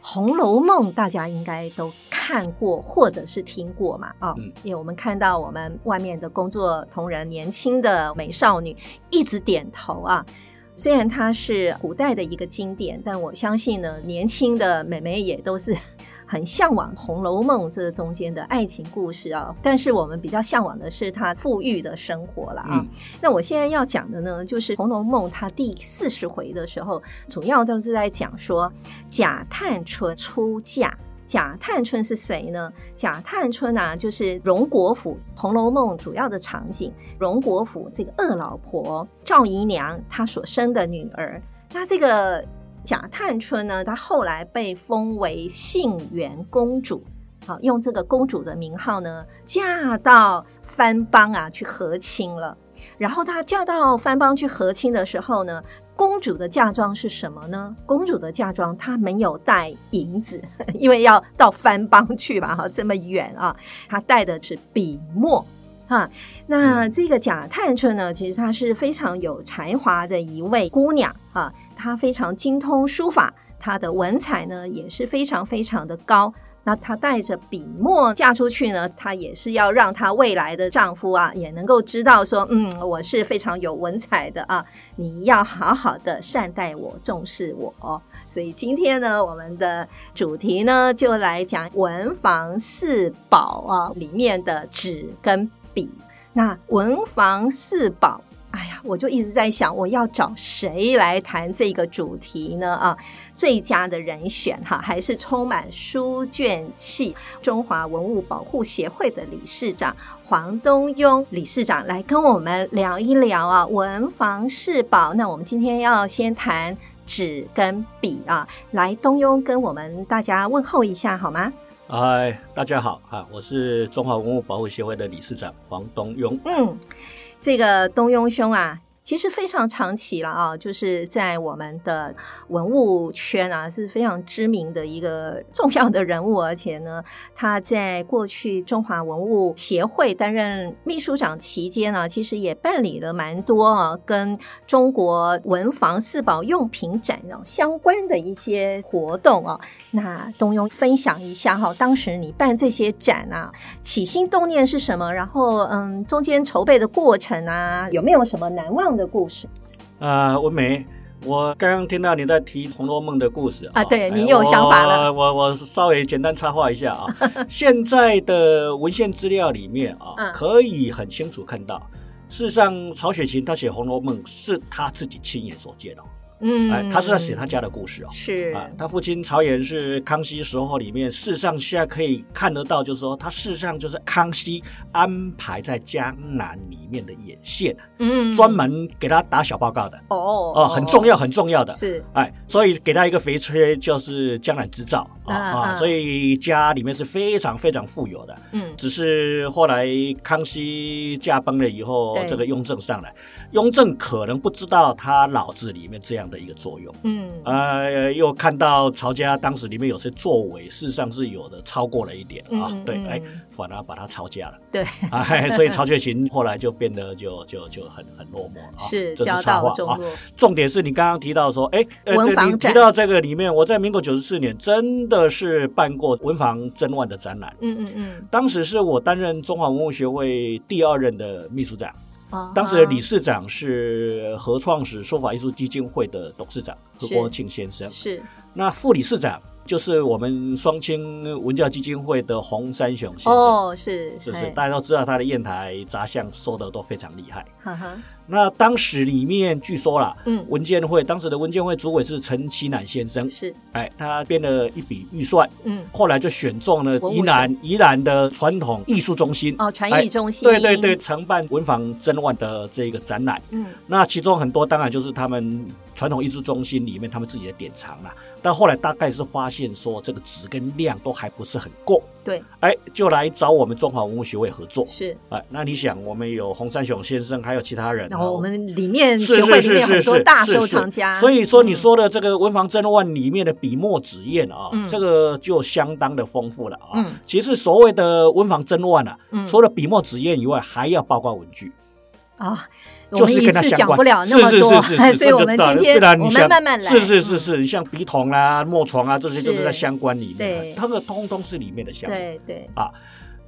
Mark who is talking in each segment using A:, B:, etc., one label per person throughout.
A: 红楼梦》大家应该都看过或者是听过嘛？啊、
B: 嗯
A: 因为我们看到我们外面的工作同仁年轻的美少女一直点头啊。虽然它是古代的一个经典，但我相信呢，年轻的美眉也都是很向往《红楼梦》这中间的爱情故事啊。但是我们比较向往的是它富裕的生活了啊。
B: 嗯
A: 那我现在要讲的呢，就是《红楼梦》它第四十回的时候，主要都是在讲说贾探春出嫁。贾探春是谁呢？贾探春啊，就是荣国府《红楼梦》主要的场景，荣国府这个二老婆赵姨娘她所生的女儿。那这个贾探春呢，她后来被封为杏园公主。好，用这个公主的名号呢，嫁到藩邦啊去和亲了。然后她嫁到藩邦去和亲的时候呢，公主的嫁妆是什么呢？公主的嫁妆她没有带银子， 因为要到藩邦去嘛，哈，这么远啊，她带的是笔墨。哈，那这个贾探春呢，其实她是非常有才华的一位姑娘啊，她非常精通书法，她的文采呢也是非常非常的高。那她带着笔墨嫁出去呢，她也是要让她未来的丈夫啊，也能够知道说，嗯，我是非常有文采的啊，你要好好的善待我，重视我、哦所以今天呢，我们的主题呢就来讲文房四宝啊里面的纸跟笔。那文房四宝，哎呀，我就一直在想，我要找谁来谈这个主题呢？啊，最佳的人选哈，还是充满书卷气中华文物保护协会的理事长黄东庸理事长来跟我们聊一聊啊，文房四宝。那我们今天要先谈纸跟笔啊，来东庸跟我们大家问候一下好吗？
B: 嗨，大家好啊！我是中华文物保护协会的理事长黄东庸。
A: 嗯，这个东庸兄啊，其实非常长期了啊，就是在我们的文物圈啊是非常知名的一个重要的人物，而且呢，他在过去中华文物协会担任秘书长期间呢、其实也办理了蛮多啊跟中国文房四宝用品展啊相关的一些活动啊。那东庸分享一下哈、当时你办这些展啊，起心动念是什么？然后，嗯，中间筹备的过程啊，有没有什么难忘的故事
B: 啊，文梅，我刚刚听到你在提《红楼梦》的故事
A: 啊对
B: 哎
A: 你有想法了
B: 我我我稍微简单插话一 下啊，现在的文献资料里面
A: 嗯
B: 啊，可以很清楚看到，事实上曹雪芹他写《红楼梦》是他自己亲眼所见哦，
A: 嗯，
B: 哎，他是在写他家的故事哦。
A: 是
B: 啊，他父亲曹岩是康熙时候里面，事实上现在可以看得到，就是说他事实上就是康熙安排在江南里面的眼线，
A: 嗯
B: 专门给他打小报告的
A: 哦
B: 哦，很重要，很重要的。
A: 是
B: 哎，所以给他一个肥缺就是江南织造啊
A: 啊啊
B: 啊，所以家里面是非常非常富有的。
A: 嗯
B: 只是后来康熙驾崩了以后
A: 对，
B: 这个雍正上来，雍正可能不知道他脑子里面这样的一个作用。
A: 嗯
B: 呃，又看到曹家当时里面有些作为，事实上是有的超过了一点
A: 嗯
B: 啊，
A: 嗯
B: 对
A: 嗯，
B: 哎，反而把他抄家了，
A: 对，
B: 哎，所以曹雪芹后来就变得就就就很很落寞了啊，
A: 是
B: 这
A: 交
B: 是插
A: 到
B: 话
A: 中
B: 啊。
A: 落，
B: 重点是你刚刚提到说，哎，呃
A: 文
B: 对
A: 房
B: 你
A: 展
B: 提到这个里面，我在民国九十四年真的是办过文房珍玩的展览，
A: 嗯嗯嗯，
B: 当时是我担任中华文物学会第二任的秘书长，
A: 哦
B: 当时的理事长是合创史书法艺术基金会的董事长何
A: 是
B: 国庆先生。
A: 是
B: 那副理事长就是我们双清文教基金会的洪山雄先生，
A: 哦是
B: 是不是？
A: 哎
B: 大家都知道他的砚台杂项收的都非常厉害。
A: 哈哈
B: 那当时里面据说啦，
A: 嗯
B: 文建会当时的文建会主委是陈其南先生，
A: 是
B: 哎，他编了一笔预算，
A: 嗯
B: 后来就选中了
A: 文物
B: 宜兰宜兰的传统艺术中心。
A: 哦传艺中心
B: 哎对对对，承办文房珍玩的这个展览，
A: 嗯
B: 那其中很多当然就是他们传统艺术中心里面他们自己的典藏啦。但后来大概是发现说这个质跟量都还不是很够，
A: 对，
B: 哎，就来找我们中华文物学会合作。
A: 是。
B: 哎，那你想，我们有洪山雄先生，还有其他人，
A: 然后我
B: 哦
A: 们里面
B: 是
A: 协会
B: 是
A: 里
B: 是
A: 面很
B: 是
A: 多
B: 是
A: 大
B: 是
A: 收
B: 是
A: 藏家，
B: 所以说
A: 嗯
B: 你说的这个文房争乱里面的笔墨纸砚啊
A: 嗯，
B: 这个就相当的丰富了啊
A: 嗯。
B: 其实所谓的文房争乱啊，
A: 嗯
B: 除了笔墨纸�砚以外，还要包括文具。
A: 啊，我
B: 就
A: 们
B: 是
A: 一
B: 跟它
A: 次
B: 相
A: 讲
B: 关
A: 不了那么多，
B: 是是是是，
A: 所以我们今天我们慢慢来，
B: 是是是
A: 嗯，
B: 是，你像笔筒啦、墨床啊，这些都
A: 是
B: 是在相关里
A: 对
B: 面，它们通通是里面的相关。
A: 对对，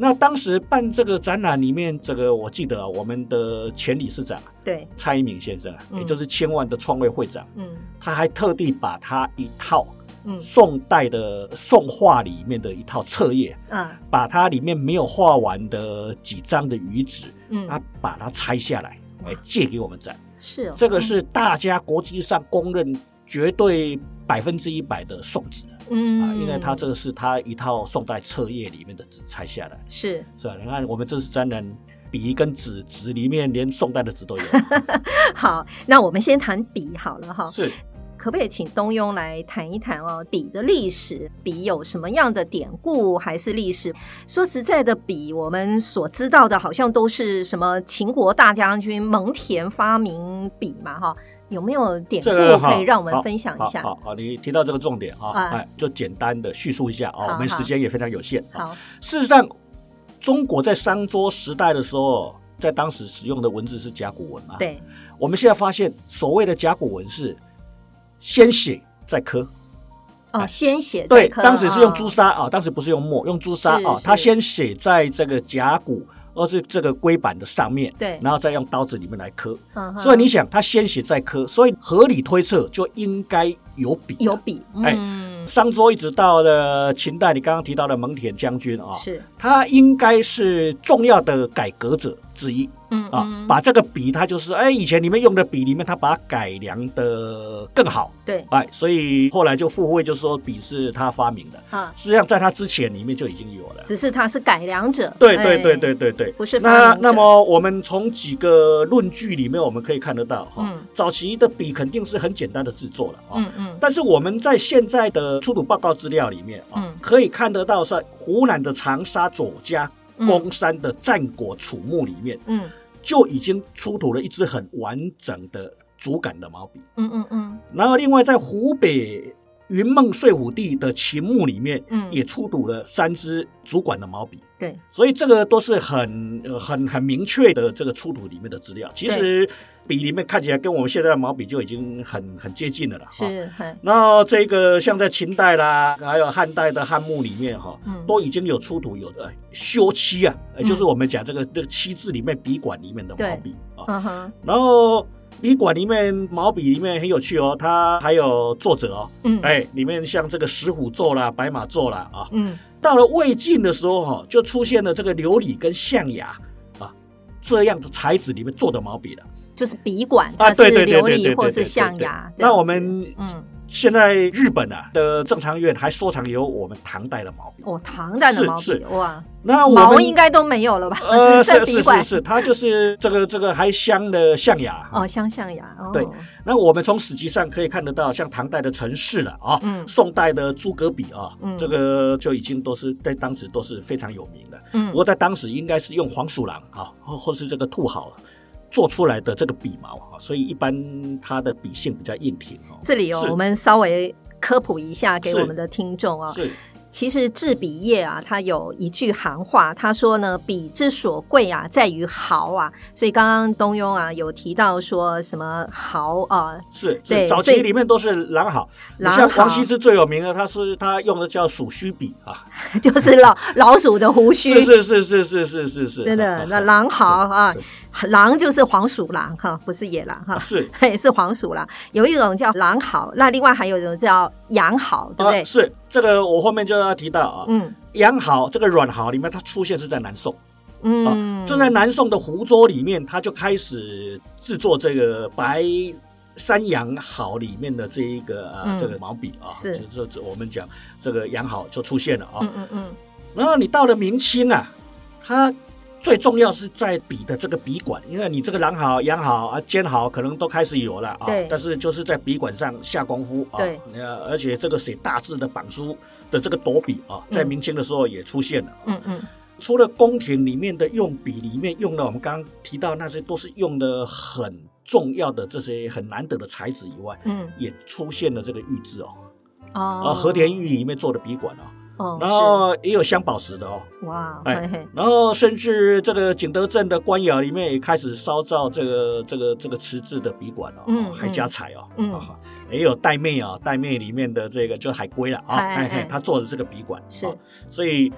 B: 那当时办这个展览里面，这个我记得啊我们的前理事长
A: 对，
B: 蔡一鸣先生啊，
A: 嗯
B: 也就是千万的创会会长，
A: 嗯
B: 他还特地把他一套
A: 嗯
B: 宋代的宋画里面的一套册页，
A: 啊
B: 把它里面没有画完的几张的余纸，他
A: 嗯，
B: 把它拆下来，
A: 哇
B: 哎，借给我们展。
A: 是哦，
B: 这个是大家国际上公认绝对百分之一百的宋纸
A: 嗯，
B: 啊，因为它这个是它一套宋代册页里面的纸拆下来，
A: 是
B: 是吧？你看我们这次展览，笔跟纸，纸里面连宋代的纸都 有，
A: 好，那我们先谈笔好了哈，
B: 是
A: 可不可以请东庸来谈一谈哦？笔的历史，笔有什么样的典故还是历史？说实在的，笔我们所知道的，好像都是什么秦国大将军蒙恬发明笔嘛，哈，有没有典故
B: 这个哈
A: 可以让我们分享一下？
B: 好好好，你提到这个重点啊，
A: 啊
B: 哎，就简单的叙述一下
A: 好
B: 啊，我们
A: 好
B: 时间也非常有限啊。
A: 好，
B: 事实上，中国在商周时代的时候，在当时使用的文字是甲骨文嘛，。
A: 对，
B: 我们现在发现，所谓的甲骨文是先写再刻。
A: 哦，先写再
B: 哎对，
A: 刻
B: 当时是用朱
A: 哦
B: 砂啊，当时不是用墨，用朱砂
A: 是
B: 啊
A: 是，
B: 它先写在这个甲骨，而是这个龟板的上面，
A: 对，
B: 然后再用刀子里面来刻。
A: 嗯哼
B: 所以你想，它先写再刻，所以合理推测就应该有笔。
A: 有。笔，
B: 哎
A: 嗯，
B: 商周一直到了秦代，你刚刚提到的蒙恬将军啊，
A: 是，
B: 他应该是重要的改革者之一。
A: 嗯
B: 啊，
A: 嗯
B: 把这个笔，它就是哎，以前你们用的笔里面，它把它改良的更好，
A: 对
B: 哎，所以后来就附会就说笔是他发明的，
A: 啊，
B: 实际上在他之前里面就已经有了。
A: 只是他是改良者，
B: 对
A: 哎
B: 对对，对对对。
A: 不是发
B: 那
A: 明
B: 那
A: 者
B: 么我们从几个论据里面我们可以看得到哈，
A: 嗯
B: 早期的笔肯定是很简单的制作了啊。
A: 嗯嗯
B: 但是我们在现在的出土报告资料里面啊，
A: 嗯
B: 可以看得到是湖南的长沙左家
A: 嗯
B: 公山的战国楚墓里面，
A: 嗯
B: 就已经出土了一支很完整的竹杆的毛笔。
A: 嗯嗯嗯
B: 然后，另外在湖北云梦睡虎地的秦墓里面，
A: 嗯
B: 也出土了三支竹管的毛笔。
A: 对，
B: 所以这个都是很、呃、很很明确的这个出土里面的资料。其实笔里面看起来跟我们现在的毛笔就已经很很接近了啦。哈。
A: 是，嘿
B: 然后这个像在秦代啦，还有汉代的汉墓里面哈、
A: 嗯
B: 都已经有出土有的哎修漆啊，呃
A: 嗯
B: 就是我们讲这个这个漆字里面笔管里面的毛笔啊。
A: 嗯哼，
B: 然后笔管里面毛笔里面很有趣哦，它还有作者哦，
A: 嗯，
B: 哎，里面像这个石虎作啦、白马作啦啊。
A: 嗯，
B: 到了魏晋的时候哈、就出现了这个琉璃跟象牙啊这样的材质里面做的毛笔了
A: 就是笔管，它
B: 啊。
A: 是
B: 对对对
A: 琉
B: 对对对
A: 璃或
B: 对
A: 是
B: 对
A: 象
B: 对
A: 牙。这样
B: 那我
A: 子
B: 们
A: 嗯，
B: 现在日本啊的正常院还收藏有我们唐代的毛笔。
A: 哦，唐代的
B: 是
A: 毛笔
B: 是
A: 哇，
B: 那我
A: 毛
B: 们
A: 应该都没有了吧？
B: 呃
A: 只
B: 是
A: 剩
B: 是
A: 笔
B: 是
A: 管
B: 是，它就是这个这个还镶了象牙。
A: 哦，镶象牙哦，
B: 对那我们从史籍上可以看得到，像唐代的陈氏了啊，
A: 嗯
B: 宋代的诸葛笔啊，
A: 嗯
B: 这个就已经都是在当时都是非常有名的。不
A: 嗯
B: 过在当时应该是用黄鼠狼啊，或或是这个兔毫做出来的这个笔毛啊，所以一般它的笔性比较硬挺哦。
A: 这里哦，
B: 是
A: 我们稍微科普一下给
B: 是
A: 我们的听众哦。
B: 是
A: 其实制笔业啊，它有一句行话，他说呢，笔之所贵啊，在于毫啊。所以刚刚东庸啊有提到说什么毫啊，
B: 是，
A: 对
B: 是早
A: 所以
B: 期里面都是狼毫，你
A: 狼
B: 像
A: 毫
B: 王羲之最有名的，他是他用的叫鼠须笔啊，
A: 就是老老鼠的胡须，
B: 是是是是是是是是，。
A: 真的那狼毫啊
B: 是，
A: 狼就是黄鼠狼哈，不是野狼哈。
B: 是。
A: 嘿，是黄鼠狼，有一种叫狼毫，那另外还有一种叫羊毫，对不对？
B: 啊，是这个，我后面就要提到啊。
A: 嗯
B: 羊毫这个软毫里面，它出现是在南宋
A: 嗯
B: 啊，，就在南宋的湖州里面，它就开始制作这个白山羊毫里面的这一个啊、
A: 嗯
B: 这个毛笔啊，
A: 是
B: 就就就我们讲这个羊毫就出现了啊。
A: 嗯嗯嗯
B: 然后你到了明清啊，它最重要是在笔的这个笔管，因为你这个狼毫、羊毫啊、尖毫可能都开始有了啊
A: 对，
B: 但是就是在笔管上下功夫啊。
A: 对
B: 呃，而且这个写大字的榜书的这个夺笔啊，在
A: 嗯
B: 明清的时候也出现了。
A: 嗯嗯，
B: 除了宫廷里面的用笔里面用的，我们刚刚提到那些都是用的很重要的这些很难得的材质以外，
A: 嗯
B: 也出现了这个玉制哦，
A: 哦，
B: 啊，和田玉里面做的笔管哦，
A: 哦，
B: 然后也有镶宝石的哦，
A: 是哇，
B: 哎
A: 嘿嘿，
B: 然后甚至这个景德镇的官窑里面也开始烧造这个这个这个瓷质的笔管哦，
A: 嗯
B: 还加彩哦，
A: 嗯
B: 啊也有带妹啊、带妹里面的这个就是海龟了啊，
A: 哎
B: 哎
A: 哎
B: 哎，他做的这个笔管
A: 是
B: 啊所以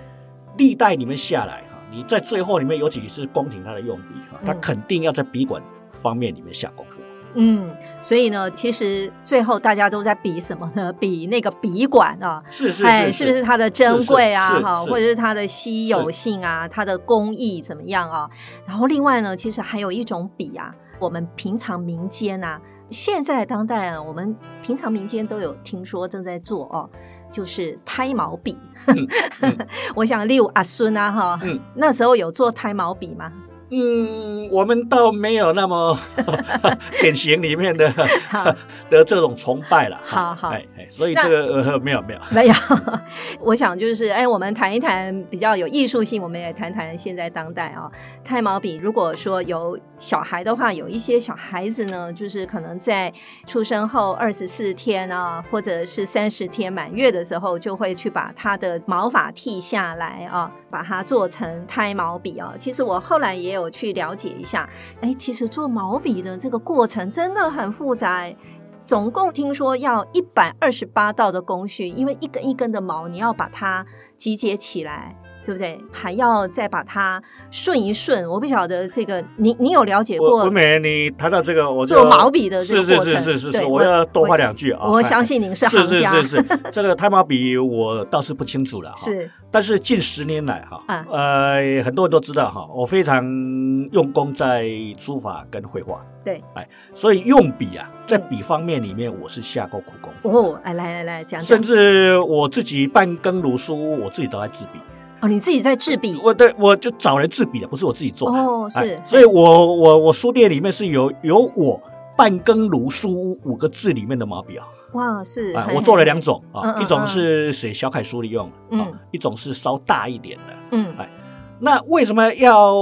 B: 历代你们下来哈、你在最后里面，尤其是宫廷它的用笔哈、
A: 嗯
B: 它肯定要在笔管方面里面下功夫。
A: 嗯，所以呢，其实最后大家都在比什么呢？比那个笔管啊，
B: 是是
A: 哎，
B: 是，
A: 是不是它的珍贵啊？哈，或者
B: 是
A: 是它的稀有性啊，它的工艺怎么样啊？然后另外呢，其实还有一种笔啊，我们平常民间啊，现在当代啊，我们平常民间都有听说正在做哦。就是胎毛笔，
B: 嗯
A: 我想六阿孙啊哈，
B: 嗯
A: 那时候有做胎毛笔吗？
B: 嗯，我们倒没有那 么 典型里面的
A: 好
B: 的这种崇拜了。
A: 好
B: 哈
A: 好
B: 哎哎，所以这个呃没有没有，
A: 没有，我想就是哎，我们谈一谈比较有艺术性，我们也谈谈现在当代啊、太毛笔，如果说有小孩的话，有一些小孩子呢，就是可能在出生后二十四天啊，或者是三十天满月的时候，就会去把他的毛发剃下来啊，把它做成胎毛笔啊。其实我后来也有去了解一下，哎，其实做毛笔的这个过程真的很复杂哎。总共听说要一百二十八道的工序，因为一根一根的毛，你要把它集结起来，对不对？还要再把它顺一顺。我不晓得这个，你你有了解
B: 我
A: 过
B: 文美，你谈到这个，我就
A: 做毛笔的这个
B: 是是
A: 过程？
B: 是是是
A: 对
B: 是，我要多话两句啊。
A: 我我
B: 哎
A: 相信您是
B: 是
A: 行
B: 是
A: 家，
B: 是 是，这个胎毛笔我倒是不清楚了哈。
A: 是
B: 但是近十年来哈
A: 啊，
B: 呃，很多人都知道哈，我非常用功在书法跟绘画，
A: 对。嗯
B: 哎，所以用笔啊，在笔方面里面，我是下过苦功夫。
A: 哦，哎，来来来讲
B: 甚
A: 讲
B: 至我自己办耕读书，我自己都在制笔。
A: 哦，你自己在制笔
B: 我的我就找人制笔的，不是我自己做。
A: 哦，是、
B: 哎所以我我我书店里面是有有我办耕读书屋五个字里面的毛笔啊，
A: 哇，是、
B: 哎
A: 嘿
B: 我做了两，种
A: 嗯
B: 啊，
A: 嗯
B: 一种
A: 嗯
B: 是写小楷书里用，啊
A: 嗯，
B: 一种是稍大一点的。
A: 嘿嗯，
B: 那为什么要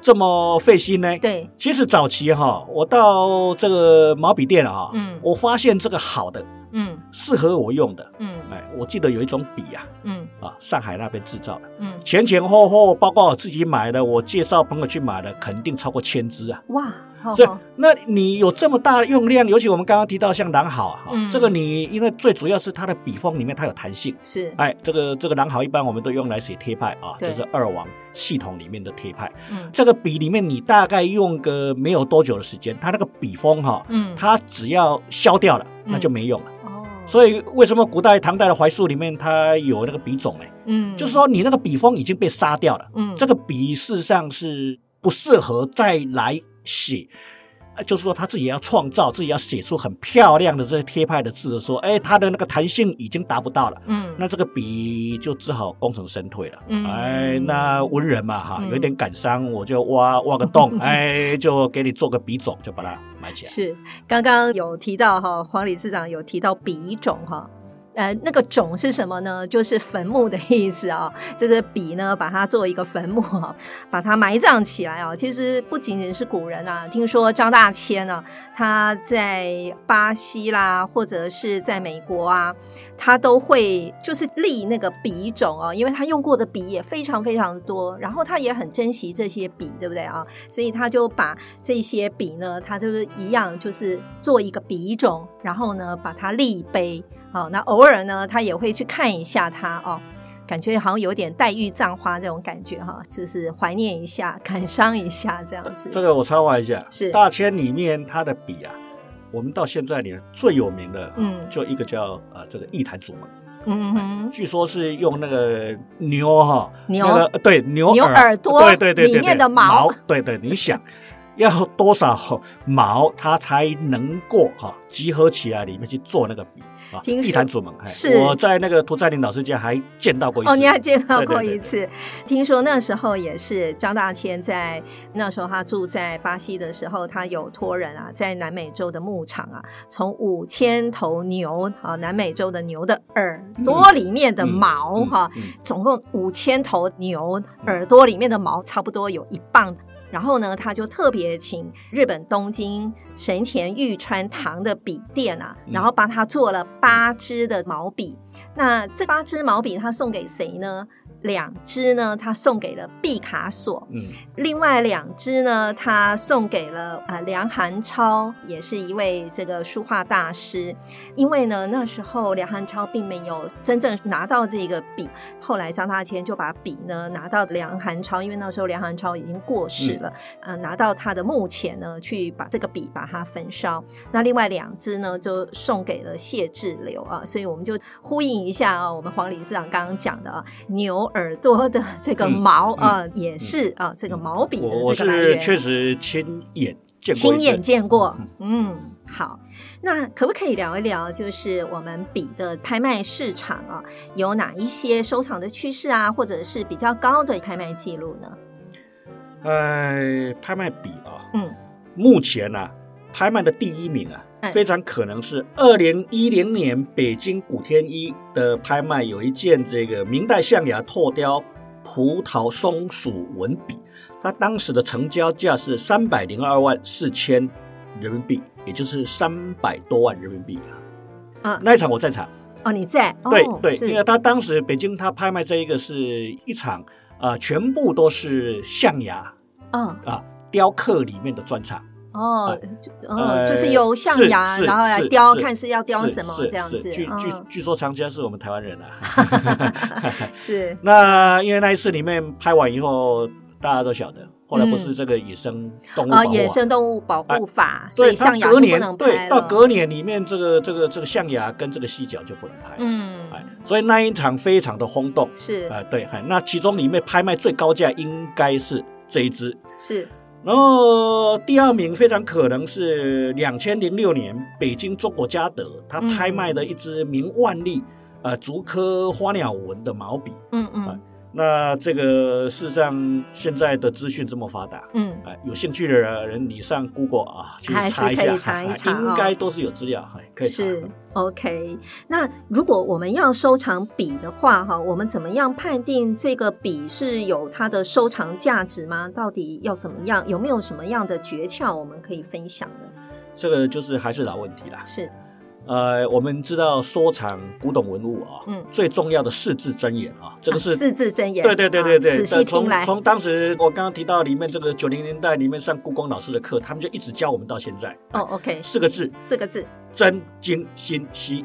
B: 这么费心呢？
A: 对，
B: 其实早期哈，我到这个毛笔店啊，
A: 嗯
B: 我发现这个好的
A: 嗯
B: 适合我用的，
A: 嗯
B: 哎，我记得有一种笔啊，
A: 嗯
B: 啊，上海那边制造的，
A: 嗯，
B: 前前后后，包括我自己买的，我介绍朋友去买的，肯定超过千支啊。
A: 哇，好
B: 所以
A: 好，
B: 那你有这么大的用量，尤其我们刚刚提到像狼毫啊，哈
A: 嗯
B: 这个你因为最主要是它的笔锋里面它有弹性，
A: 是，
B: 哎，这个这个狼毫一般我们都用来写贴派啊，
A: 对
B: 就是二王系统里面的贴派。
A: 嗯
B: 这个笔里面你大概用个没有多久的时间，它那个笔锋哈、
A: 嗯，
B: 它只要消掉了，
A: 嗯
B: 那就没用了。
A: 哦，
B: 所以为什么古代唐代的槐树里面它有那个笔种呢？
A: 嗯，
B: 就是，说你那个笔锋已经被杀掉了，
A: 嗯，
B: 这个笔事实上是不适合再来写。呃就是说他自己要创造，自己要写出很漂亮的这些贴派的字的时候，哎，它的那个弹性已经达不到了。
A: 嗯，
B: 那这个笔就只好功成身退了。
A: 嗯
B: 哎，那文人嘛哈，
A: 嗯
B: 有点感伤，我就挖挖个 洞，哎，就给你做个笔种，就把它埋起来。
A: 是，刚刚有提到哈，黄理事长有提到笔种哈。呃，那个种是什么呢？就是坟墓的意思啊、这个笔呢，把它做一个坟墓啊、把它埋葬起来啊、其实不仅仅是古人啊，听说张大千啊，他在巴西啦，或者是在美国啊，他都会就是立那个笔种哦，因为他用过的笔也非常非常多，然后他也很珍惜这些笔，对不对啊？所以他就把这些笔呢，他就是一样就是做一个笔种，然后呢把它立碑。好、那偶尔呢，他也会去看一下它哦。感觉好像有点黛玉葬花这种感觉哈、就是怀念一下、感伤一下这样子。
B: 这个我插话一下，
A: 是
B: 大千里面它的笔啊，我们到现在里面最有名的，
A: 嗯
B: 就一个叫呃这个一坛祖门，
A: 嗯哼，
B: 据说是用那个牛哈，
A: 牛
B: 那个对牛
A: 牛耳朵
B: 对对对对对
A: 里面的毛
B: 对对，你想要多少毛它才能够哈、集合起来里面去做那个笔啊？
A: 听说
B: 一坛主盟，哎
A: 是
B: 我在那个涂占林老师家还见到过一次。
A: 哦，你还见到过一次？
B: 对？对对对
A: 听说那时候也是张大千在那时候他住在巴西的时候，他有托人啊，在南美洲的牧场啊，从五千头牛啊，南美洲的牛的耳朵里面的毛
B: 嗯
A: 哈、
B: 嗯嗯
A: 总共五千头牛耳朵里面的毛差不多有一磅。然后呢，他就特别请日本东京神田玉川堂的笔店啊，
B: 嗯
A: 然后帮他做了八支的毛笔。那这八支毛笔他送给谁呢？两支呢，他送给了毕卡索，
B: 嗯，
A: 另外两支呢，他送给了啊、呃梁寒超，也是一位这个书画大师。因为呢，那时候梁寒超并没有真正拿到这个笔，后来张大千就把笔呢拿到梁寒超，因为那时候梁寒超已经过世了，呃，拿到他的墓前呢，去把这个笔把它焚烧。那另外两支呢，就送给了谢志流啊，所以我们就呼应一下啊，我们黄理事长刚刚讲的啊，牛耳朵的这个
B: 嗯
A: 毛
B: 嗯
A: 啊，也是啊，这个毛笔
B: 我我
A: 的这个来
B: 是确
A: 源，
B: 实
A: 亲
B: 亲眼见过，
A: 眼。见过，嗯。好，那可不可以聊一聊，就是我们笔的拍卖市场啊，有哪一些收藏的趋势啊，或者是比较高的拍卖记录呢？
B: 呃，拍卖笔啊，
A: 嗯，
B: 目前呢、啊，拍卖的第一名啊，
A: 哎
B: 非常可能是二零一零年北京古天一的拍卖有一件这个明代象牙拓雕葡萄松鼠纹笔，它当时的成交价是三百零二万四千人民币，也就是三百多万人民币啊。
A: 啊
B: 那一场我在场。
A: 哦，你在？
B: 对
A: 哦、
B: 对，
A: 是
B: 因为他当时北京他拍卖这一个是一场啊、呃全部都是象牙
A: 嗯，
B: 啊雕刻里面的专场，
A: 哦
B: 啊，
A: 就
B: 呃
A: 哦，就是由象牙，
B: 是
A: 然后来
B: 是
A: 雕，
B: 是
A: 看是要雕
B: 是
A: 什么
B: 是
A: 这样
B: 是
A: 子。
B: 据据
A: 嗯，
B: 据说藏家是我们台湾人啊。
A: 是
B: 那因为那一次里面拍完以后，大家都晓得，后来不是
A: 嗯
B: 这个野生动物保
A: 啊，
B: 护
A: 野
B: 啊
A: 生动物保护法，所
B: 对
A: 以象牙
B: 它
A: 就
B: 隔
A: 不
B: 年
A: 能拍
B: 对
A: 了。
B: 到隔年里面这个这个这个象牙跟这个犀角就不能拍了，
A: 嗯，
B: 哎，所以那一场非常的轰动。
A: 是
B: 啊、对，嗨那其中里面拍卖最高价应该是这一只，
A: 是
B: 然后第二名非常可能是两千零六年北京中国嘉德，他
A: 嗯
B: 拍卖的一只名万历呃竹科花鸟纹的毛笔。
A: 嗯嗯
B: 那这个事实上现在的资讯这么发达。
A: 嗯，
B: 哎，有兴趣的人，你上 Google 啊，去
A: 还是
B: 查一下，
A: 可以查一查 哦
B: 应该都是有资料，哎，可以查。
A: 是 OK。那如果我们要收藏笔的话，哈，我们怎么样判定这个笔是有它的收藏价值吗？到底要怎么样？有没有什么样的诀窍我们可以分享的？
B: 这个就是还是老问题啦。
A: 是，
B: 呃，我们知道收藏古董文物啊，
A: 嗯
B: 最重要的四字真言啊，这个是、
A: 啊四字真言。
B: 对对对对对，
A: 啊仔
B: 但
A: 细听
B: 从
A: 来。
B: 从当时我刚刚提到里面这个九零年代里面上故宫老师的课，他们就一直教我们到现在。
A: 哦，OK，
B: 四个字：
A: 四个字，
B: 真、精、心、惜。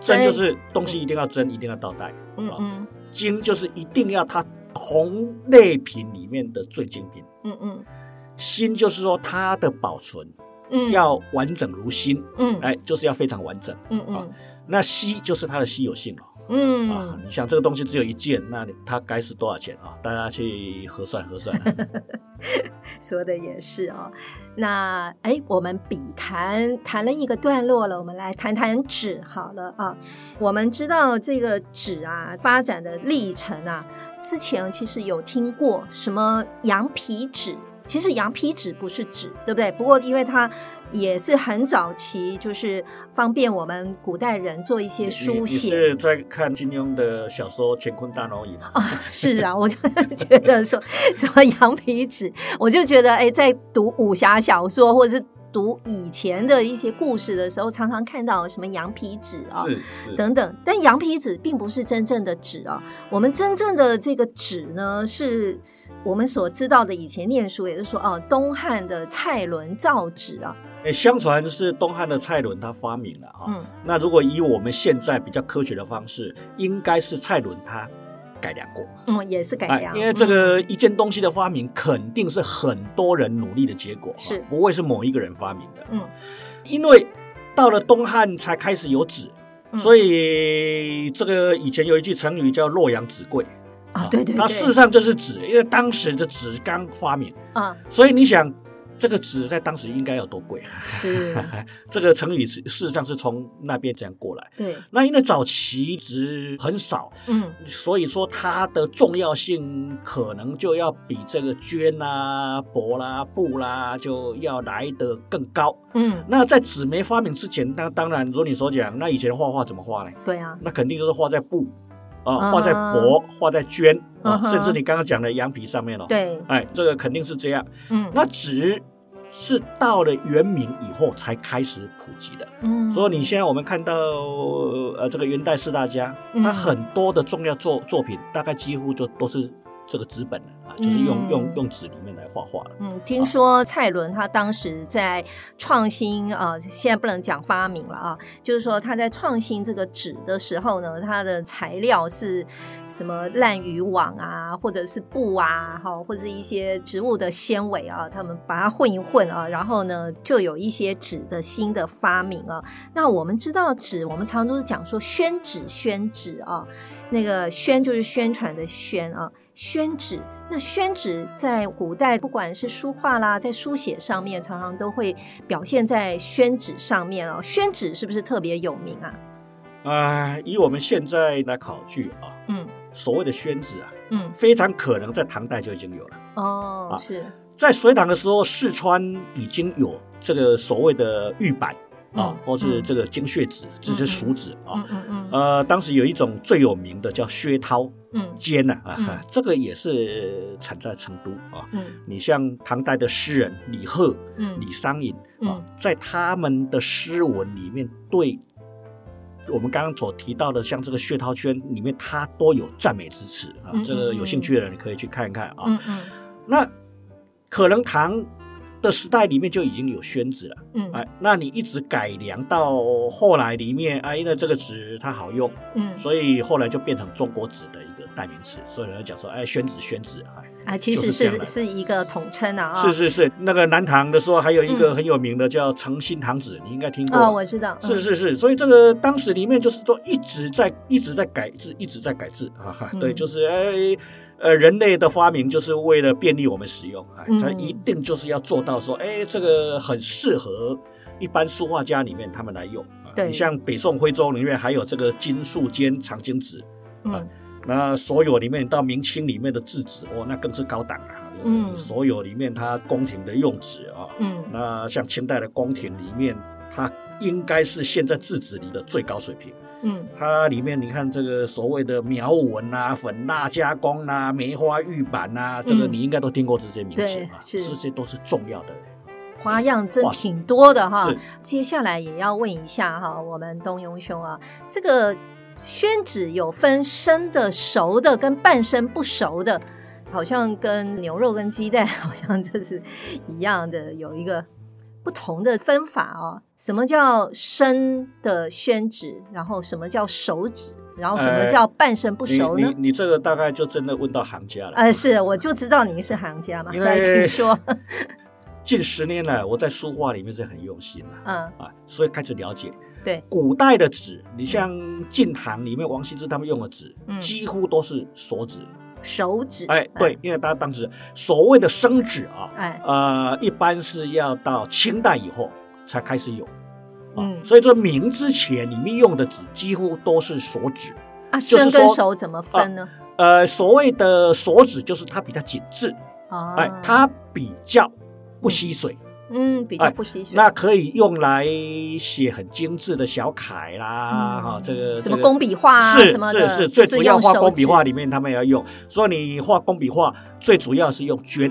A: 真
B: 真就是东西一定要真，一定要到带；
A: 嗯嗯
B: 精就是一定要它同类品里面的最精品；
A: 嗯嗯
B: 心就是说它的保存
A: 嗯，
B: 要完整如新，
A: 嗯
B: 哎，就是要非常完整。
A: 嗯嗯
B: 那稀就是它的稀有性了。啊
A: 嗯，，
B: 你想这个东西只有一件，那你它该是多少钱啊？大家去核算核算。啊
A: 说的也是哦。那哎，我们笔谈谈了一个段落了，我们来谈谈纸好了啊。我们知道这个纸啊发展的历程啊，之前其实有听过什么羊皮纸。其实羊皮纸不是纸，对不对？不过因为它也是很早期，就是方便我们古代人做一些
B: 你
A: 书
B: 你
A: 写。
B: 是在看金庸的小说《乾坤大挪移》吗？
A: 啊，是啊，我就 觉得说什么羊皮纸，我就觉得哎，在读武侠小说或者是读以前的一些故事的时候，常常看到什么羊皮纸啊、
B: 是是，
A: 等等，但羊皮纸并不是真正的纸啊、我们真正的这个纸呢，是我们所知道的以前念书，也就是说哦，东汉的蔡伦造纸啊，
B: 诶哎相传是东汉的蔡伦他发明了啊。
A: 嗯
B: 那如果以我们现在比较科学的方式，应该是蔡伦他改良过。哎
A: 嗯，也是改良，
B: 因为这
A: 嗯
B: 个一件东西的发明，肯定是很多人努力的结果，
A: 是
B: 不会是某一个人发明的。
A: 嗯，
B: 因为到了东汉才开始有纸，
A: 嗯
B: 所以这个以前有一句成语叫“洛阳纸贵”，
A: 啊，对对
B: 它事实
A: 对，
B: 上就是纸，因为当时的纸刚发明，
A: 啊，
B: 所以你想这个纸在当时应该有多贵？
A: 是，
B: 这个成语是事实上是从那边这样过来。
A: 对，
B: 那因为早期纸很少，
A: 嗯，
B: 所以说它的重要性可能就要比这个绢啦、帛啦、布啦就要来得更高。
A: 嗯，
B: 那在纸媒发明之前，那当然如你所讲，那以前画画怎么画呢？
A: 对啊，
B: 那肯定就是画在布
A: 嗯
B: 啊，
A: 哼
B: 画在帛，画在绢
A: 嗯
B: 啊，
A: 哼
B: 甚至你刚刚讲的羊皮上面了。，
A: 对，
B: 哎，这个肯定是这样。
A: 嗯，
B: 那纸是到了元明以后才开始普及的。
A: 嗯，
B: 所以你现在我们看到呃这个元代四大家，
A: 嗯
B: 他很多的重要作作品，大概几乎就都是这个纸本的啊，就是用
A: 嗯
B: 用用纸里面来画画了。
A: 嗯，听说蔡伦他当时在创新，呃，现在不能讲发明了啊，就是说他在创新这个纸的时候呢，它的材料是什么烂渔网啊，或者是布啊，哈，或者是一些植物的纤维啊，他们把它混一混啊，然后呢，就有一些纸的新的发明啊。那我们知道纸，我们常都是讲说宣纸，宣纸啊，那个宣就是宣传的宣啊，宣纸。那宣纸在古代，不管是书画啦，在书写上面，常常都会表现在宣纸上面哦。宣纸是不是特别有名啊？
B: 啊、以我们现在来考据啊，
A: 嗯
B: 所谓的宣纸啊，
A: 嗯，
B: 非常可能在唐代就已经有了。
A: 哦，
B: 啊
A: 是，
B: 在隋唐的时候，四川已经有这个所谓的玉板啊
A: 嗯，
B: 或是这个精血纸，这
A: 嗯
B: 些
A: 嗯
B: 熟纸啊。
A: 嗯嗯嗯
B: 呃，当时有一种最有名的叫薛涛
A: 嗯
B: 笺呐啊，
A: 嗯
B: 这个也是产在成都啊。
A: 嗯
B: 你像唐代的诗人李贺、
A: 嗯
B: 李商隐啊
A: 嗯，
B: 在他们的诗文里面，对我们刚刚所提到的，像这个薛涛圈里面，他都有赞美之词啊
A: 嗯。
B: 这个有兴趣的人你可以去看一看啊。
A: 嗯嗯
B: 那可能唐的时代里面就已经有宣纸了，
A: 嗯
B: 哎，那你一直改良到后来里面，哎，那这个纸它好用，
A: 嗯
B: 所以后来就变成中国纸的一个代名词，所以人家讲说，哎，宣纸，宣纸，哎。
A: 啊，其实
B: 就是这样
A: 是
B: 来的
A: 是一个统称啊，啊
B: 是是是，那个南唐的时候还有一个
A: 嗯
B: 很有名的叫诚心堂纸，你应该听过。
A: 哦，我知道，嗯
B: 是，是是，所以这个当时里面就是说一直在一直在改制，一直在改制啊哈，
A: 嗯
B: 对，就是哎。呃，人类的发明就是为了便利我们使用，哎，
A: 嗯
B: 它一定就是要做到说，哎，这个很适合一般书画家里面他们来用。啊
A: 对
B: 你像北宋徽州里面还有这个金树间长经纸，
A: 嗯
B: 那所有里面到明清里面的制纸，哦，那更是高档啊，
A: 嗯
B: 所有里面它宫廷的用纸啊，
A: 嗯
B: 那像清代的宫廷里面，它应该是现在制纸里的最高水平。
A: 嗯
B: 它里面你看这个所谓的描纹啊、粉蜡加工啊、梅花玉板啊，这个
A: 嗯
B: 你应该都听过这些名词
A: 对
B: 啊，
A: 是
B: 这些都是重要的。
A: 花样真
B: 哇
A: 挺多的哈
B: 是。
A: 接下来也要问一下哈，我们东庸兄啊，这个宣纸有分生的、熟的跟半生不熟的，好像跟牛肉跟鸡蛋 好像就是一样的，有一个不同的分法哦。什么叫生的宣纸？然后什么叫熟纸？然后什么
B: 呃
A: 叫半生不熟
B: 你
A: 呢
B: 你？你这个大概就真的问到行家了。
A: 呃，是，我就知道您是行家嘛，
B: 因
A: 来，请
B: 为
A: 说。
B: 近十年来，我在书画里面是很用心啊，
A: 嗯，
B: 啊，所以开始了解。
A: 对，
B: 古代的纸，你像晋唐里面王羲之他们用的纸，
A: 嗯
B: 几乎都是熟纸。
A: 熟纸。
B: 哎，对，因为他当时所谓的生纸啊，
A: 哎，
B: 呃，一般是要到清代以后才开始有啊，
A: 嗯
B: 所以说明之前里面用的纸几乎都是锁纸。
A: 啊，
B: 就是
A: 生跟
B: 说
A: 熟怎么分呢？
B: 呃，所谓的锁纸就是它比较紧致，
A: 啊，
B: 哎，它比较不吸水，
A: 嗯比较
B: 哎
A: 不吸水。
B: 那可以用来写很精致的小楷啦，
A: 嗯
B: 哈、啊这个
A: 什么
B: 这个
A: 工笔画啊
B: 是
A: 什么
B: 是
A: 的，
B: 是，
A: 就
B: 最
A: 是
B: 主要
A: 用
B: 画
A: 手
B: 工笔
A: 指
B: 画，里面他们要用，所以你画工笔画最主要是用绢。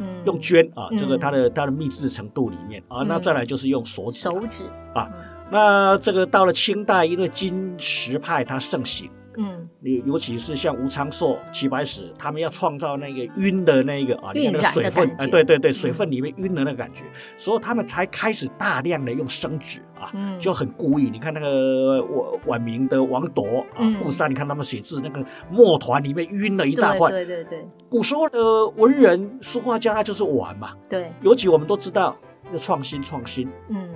A: 嗯
B: 用绢啊，
A: 嗯
B: 这个它的它的密制程度里面啊，
A: 嗯
B: 那再来就是用手指。
A: 手指
B: 啊，那这个到了清代，因为金石派它盛行，
A: 嗯，
B: 尤尤其是像吴昌硕、齐白石，他们要创造那个晕的那个啊，
A: 晕染的
B: 那个水分
A: 感，觉
B: 哎，对对对，
A: 嗯
B: 水分里面晕的那个感觉，所以他们才开始大量的用生纸啊。
A: 嗯，
B: 就很故意，你看那个晚晚明的王铎啊
A: 嗯，
B: 傅山，你看他们写字那个墨团里面晕了一
A: 一
B: 大块。
A: 对对对
B: 古时候的文人书画家，他就是玩嘛，
A: 对，
B: 尤其我们都知道要创新创新。
A: 嗯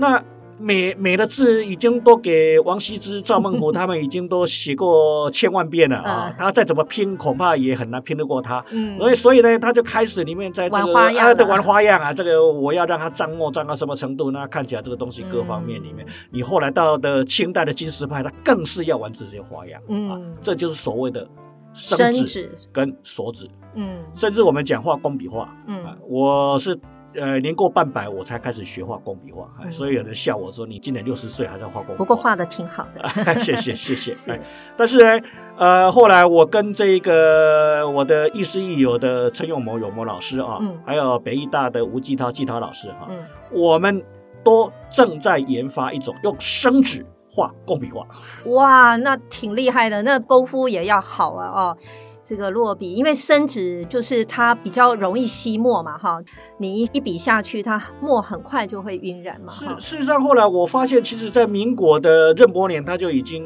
B: 那美美的字已经都给王羲之、赵孟頫他们已经都写过千万遍了啊
A: 嗯，
B: 他再怎么拼，恐怕也很难拼得过他。
A: 嗯，
B: 所以，所以呢，他就开始里面在这
A: 玩
B: 个
A: 花样
B: 啊，对，
A: 了
B: 玩花样啊，这个我要让他张墨张到什么程度？那看起来这个东西各方面
A: 嗯
B: 里面，你后来到的清代的金石派，他更是要玩这些花样，啊
A: 嗯，
B: 这就是所谓的
A: 生
B: 生指
A: 指，
B: 跟手指，
A: 嗯
B: 甚至我们讲画工笔画啊
A: 嗯，，
B: 我是。呃，年过半百我才开始学画工笔画，哎
A: 嗯
B: 所以有人笑我说你今年六十岁还在画工笔画。
A: 不过画的挺好的，
B: 谢谢谢谢。哎
A: 是，
B: 但是呢，呃，后来我跟这个呃我的亦师亦友的陈永谋永谋老师啊，
A: 嗯
B: 还有北艺大的吴继涛继涛老师哈、
A: 嗯，
B: 我们都正在研发一种用生纸画工笔画。
A: 哇，那挺厉害的，那功夫也要好啊哦。这个落笔，因为生纸就是它比较容易吸墨嘛，哈，你一笔下去，它墨很快就会晕染嘛，
B: 事
A: 哈，
B: 事实上，后来我发现，其实，在民国的任伯年他就已经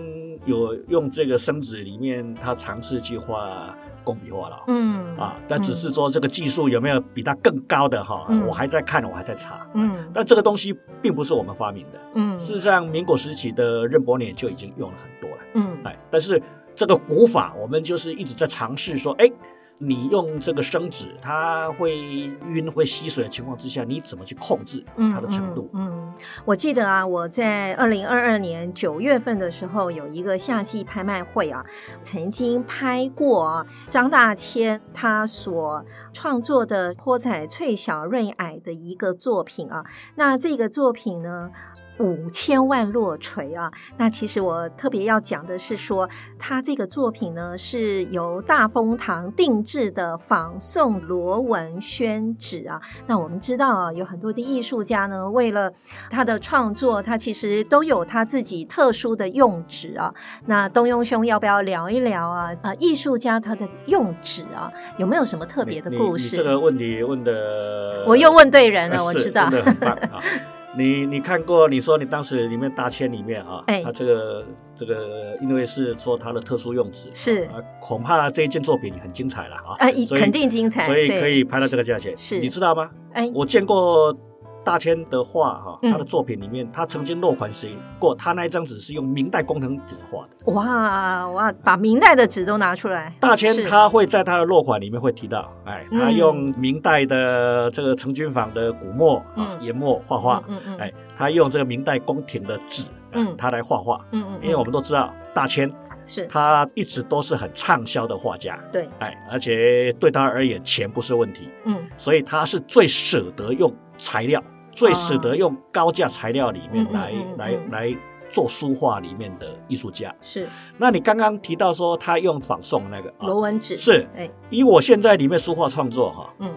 B: 有用这个生纸里面，他尝试去画工笔画了。
A: 嗯
B: 啊，但只是说这个技术有没有比它更高的哈、
A: 嗯
B: 我还在看，我还在查。
A: 嗯
B: 但这个东西并不是我们发明的，
A: 嗯
B: 事实上，民国时期的任伯年就已经用了很多了。
A: 嗯
B: 哎，但是这个古法，我们就是一直在尝试说，哎，你用这个生纸，它会晕、会吸水的情况之下，你怎么去控制它的程度？
A: 嗯嗯嗯我记得啊，我在二零二二年九月份的时候有一个夏季拍卖会啊，曾经拍过啊张大千他所创作的泼仔翠小瑞矮的一个作品啊。那这个作品呢？五千万落锤啊！那其实我特别要讲的是说，他这个作品呢是由大风堂定制的仿宋罗纹宣纸啊，那我们知道啊，有很多的艺术家呢，为了他的创作，他其实都有他自己特殊的用纸啊。那东庸兄要不要聊一聊啊？啊，艺术家他的用纸啊，有没有什么特别的
B: 你
A: 故
B: 你
A: 事？
B: 这个问题问的，
A: 我又问对人了，
B: 呃
A: 我
B: 是
A: 知道
B: 问。的很棒 啊。你你看过？你说你当时里面大千里面啊，
A: 哎
B: 他这个这个，因为是说它的特殊用纸，
A: 是
B: 啊，恐怕这一件作品很精彩了啊，
A: 啊，一
B: 所以
A: 肯定精彩，
B: 所以
A: 对
B: 可以拍到这个价钱。
A: 是
B: 你知道吗？
A: 哎，
B: 我见过大千的画哈，
A: 嗯
B: 他的作品里面，他曾经落款写过，他那一张纸是用明代工藤纸画的。
A: 哇哇，把明代的纸都拿出来，
B: 大千
A: 是
B: 他会在他的落款里面会提到，哎，他
A: 嗯
B: 用明代的这个成均坊的古墨啊
A: 嗯
B: 研墨画画，
A: 嗯嗯嗯，
B: 哎，他用这个明代宫廷的纸，嗯
A: 嗯，
B: 他来画画，
A: 嗯嗯，
B: 因为我们都知道大千
A: 是
B: 他一直都是很畅销的画家，
A: 对，
B: 哎，而且对他而言钱不是问题，
A: 嗯
B: 所以他是最舍得用材料，最舍得用高价材料里面来、
A: 嗯嗯嗯
B: 来
A: 嗯
B: 来做书画里面的艺术家。
A: 是
B: 那你刚刚提到说他用仿宋那个
A: 罗
B: 啊，
A: 纹纸，
B: 是
A: 哎
B: 以我现在里面书画创作哈、
A: 嗯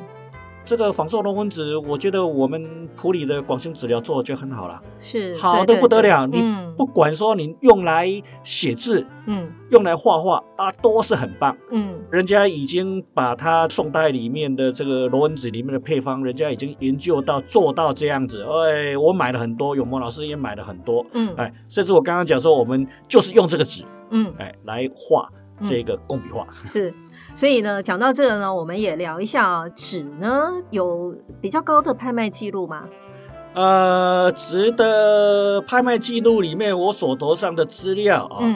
B: 这个仿宋龙纹纸，我觉得我们普里的广兴纸疗做得就很好了，
A: 是
B: 好
A: 对
B: 的
A: 对
B: 不得
A: 对
B: 了。你
A: 嗯
B: 不管说你用来写字，
A: 嗯
B: 用来画画啊，都是很棒。
A: 嗯
B: 人家已经把它宋代里面的这个罗纹纸里面的配方，人家已经研究到做到这样子。哎，我买了很多，永蒙老师也买了很多。
A: 嗯
B: 哎，甚至我刚刚讲说，我们就是用这个纸，
A: 嗯，
B: 哎，来画
A: 嗯
B: 这个工笔画。
A: 是。所以呢，讲到这个呢，我们也聊一下啊，纸呢有比较高的拍卖记录吗？
B: 呃，值得拍卖记录里面我所头上的资料啊，
A: 嗯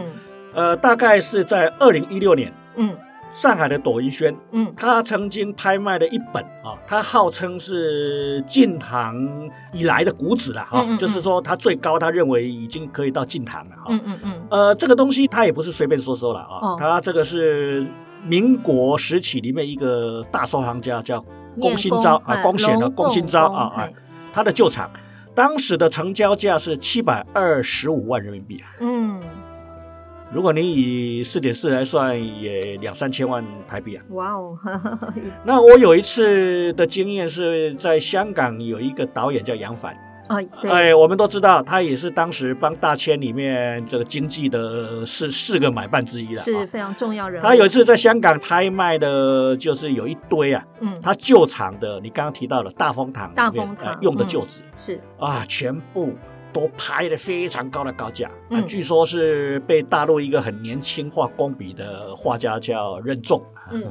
B: 呃，大概是在二零一六年，
A: 嗯
B: 上海的朵云轩
A: 嗯
B: 他曾经拍卖了一本啊，他号称是晋唐以来的古纸了哈，
A: 嗯嗯嗯
B: 就是说他最高他认为已经可以到晋唐了哈。
A: 嗯嗯嗯，
B: 呃，这个东西他也不是随便说说了啊，
A: 哦
B: 他这个是民国时期里面一个大收藏家叫
A: 念
B: 龚新昭啊，
A: 哎
B: 龚显的
A: 龙哎
B: 龚新昭
A: 共
B: 啊
A: 公
B: 啊
A: 嘿，
B: 他的旧厂。当时的成交价是七百二十五万人民币，啊
A: 嗯，
B: 如果你以四点四来算，也两三千万台币啊。
A: 哇哦，呵呵呵
B: 那我有一次的经验是在香港有一个导演叫杨凡，
A: 啊，对，
B: 哎，我们都知道他也是当时帮大千里面这个经济的四四个买办之一了、
A: 是
B: 啊。
A: 非常重要人物。
B: 他有一次在香港拍卖的，就是有一堆啊，
A: 嗯，
B: 他旧厂的，你刚刚提到了大风堂里面
A: 大风堂
B: 呃用的
A: 嗯
B: 旧纸、
A: 是
B: 啊，全部都拍的非常高的高价、啊
A: 嗯
B: 据说是被大陆一个很年轻画工笔的画家叫任重，啊
A: 嗯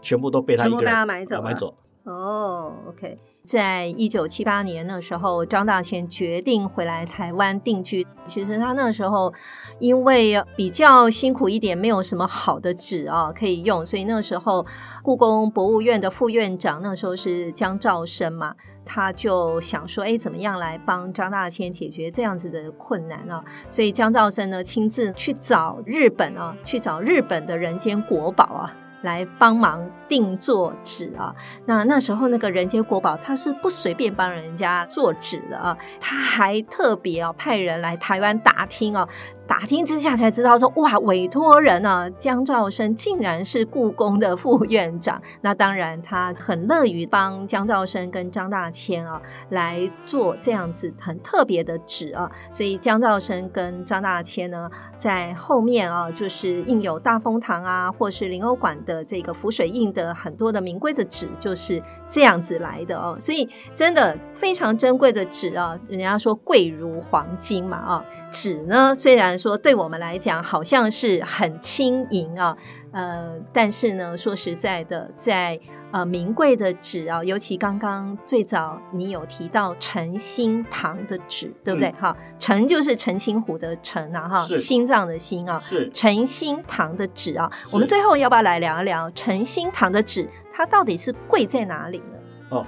B: 全部都被他
A: 全
B: 一
A: 部被
B: 个人
A: 他买走
B: 啊买
A: 了
B: 走。
A: 哦，OK，在一九七八年的时候，张大千决定回来台湾定居。其实他那时候因为比较辛苦一点，没有什么好的纸啊可以用，所以那时候故宫博物院的副院长那时候是江兆生嘛，他就想说，哎，怎么样来帮张大千解决这样子的困难啊？所以江兆生呢亲自去找日本啊，去找日本的人间国宝啊。来帮忙定做纸啊，那那时候那个人间国宝他是不随便帮人家做纸的啊，他还特别啊派人来台湾打听哦、啊，打听之下才知道说哇，委托人啊江兆生竟然是故宫的副院长，那当然他很乐于帮江兆生跟张大千啊来做这样子很特别的纸啊，所以江兆生跟张大千呢在后面啊就是印有大风堂啊或是灵欧馆的。的这个浮水印的很多的名贵的纸就是这样子来的哦，所以真的非常珍贵的纸啊，人家说贵如黄金嘛啊，纸呢虽然说对我们来讲好像是很轻盈啊，呃，但是呢说实在的，在呃名贵的纸啊，尤其刚刚最早你有提到诚心堂的纸，对不对？哈、嗯，诚就是澄清湖的澄啊，哈，
B: 是
A: 心脏的心啊，
B: 是
A: 诚心堂的纸啊，我们最后要不要来聊一聊诚心堂的纸，它到底是贵在哪里呢？
B: 哦，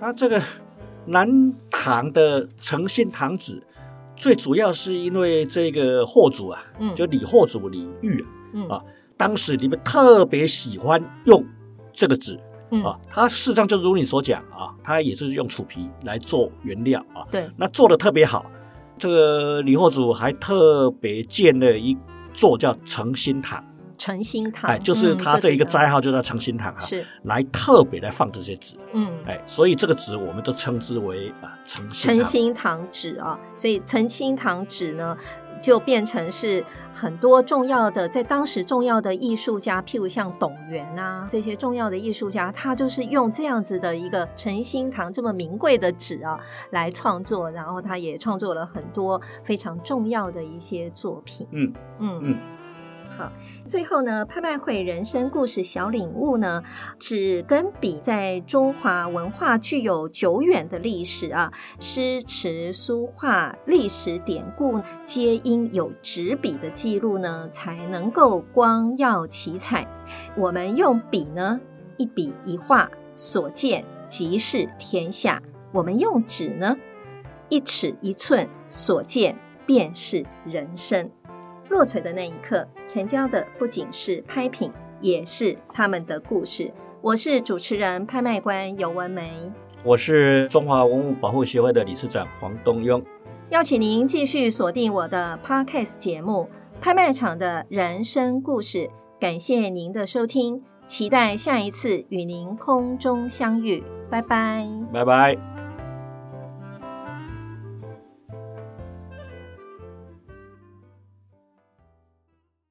B: 那这个南唐的诚信堂址，最主要是因为这个后主啊，
A: 嗯
B: 就李后主李煜啊，
A: 嗯
B: 啊当时你们特别喜欢用这个纸
A: 嗯，
B: 啊，它事实上就如你所讲啊，它也是用树皮来做原料啊，
A: 对，
B: 那做的特别好。这个李后主还特别建了一座叫诚心堂，
A: 诚心堂，
B: 哎，就是
A: 嗯
B: 他这一个啊
A: 它
B: 斋号就叫诚心堂哈、
A: 是
B: 来特别来放这些纸，
A: 嗯。
B: 哎，所以这个纸我们都称之为啊诚心
A: 澄
B: 堂。
A: 清堂纸啊，所以澄清堂纸呢，就变成是很多重要的在当时重要的艺术家，譬如像董源啊这些重要的艺术家，他就是用这样子的一个澄清堂这么名贵的纸啊来创作，然后他也创作了很多非常重要的一些作品。
B: 嗯
A: 嗯
B: 嗯。
A: 好，最后呢，拍卖会人生故事小领悟呢，纸跟笔在中华文化具有久远的历史啊，诗词书画、历史典故皆因有纸笔的记录呢，才能够光耀奇彩。我们用笔呢，一笔一画，所见即是天下；我们用纸呢，一尺一寸，所见便是人生。落锤的那一刻，成交的不仅是拍品，也是他们的故事。我是主持人、拍卖官尤文梅。
B: 我是中华文物保护协会的理事长黄东庸。
A: 邀请您继续锁定我的 Podcast 节目《拍卖场的人生故事》，感谢您的收听，期待下一次与您空中相遇，拜拜。
B: 拜拜。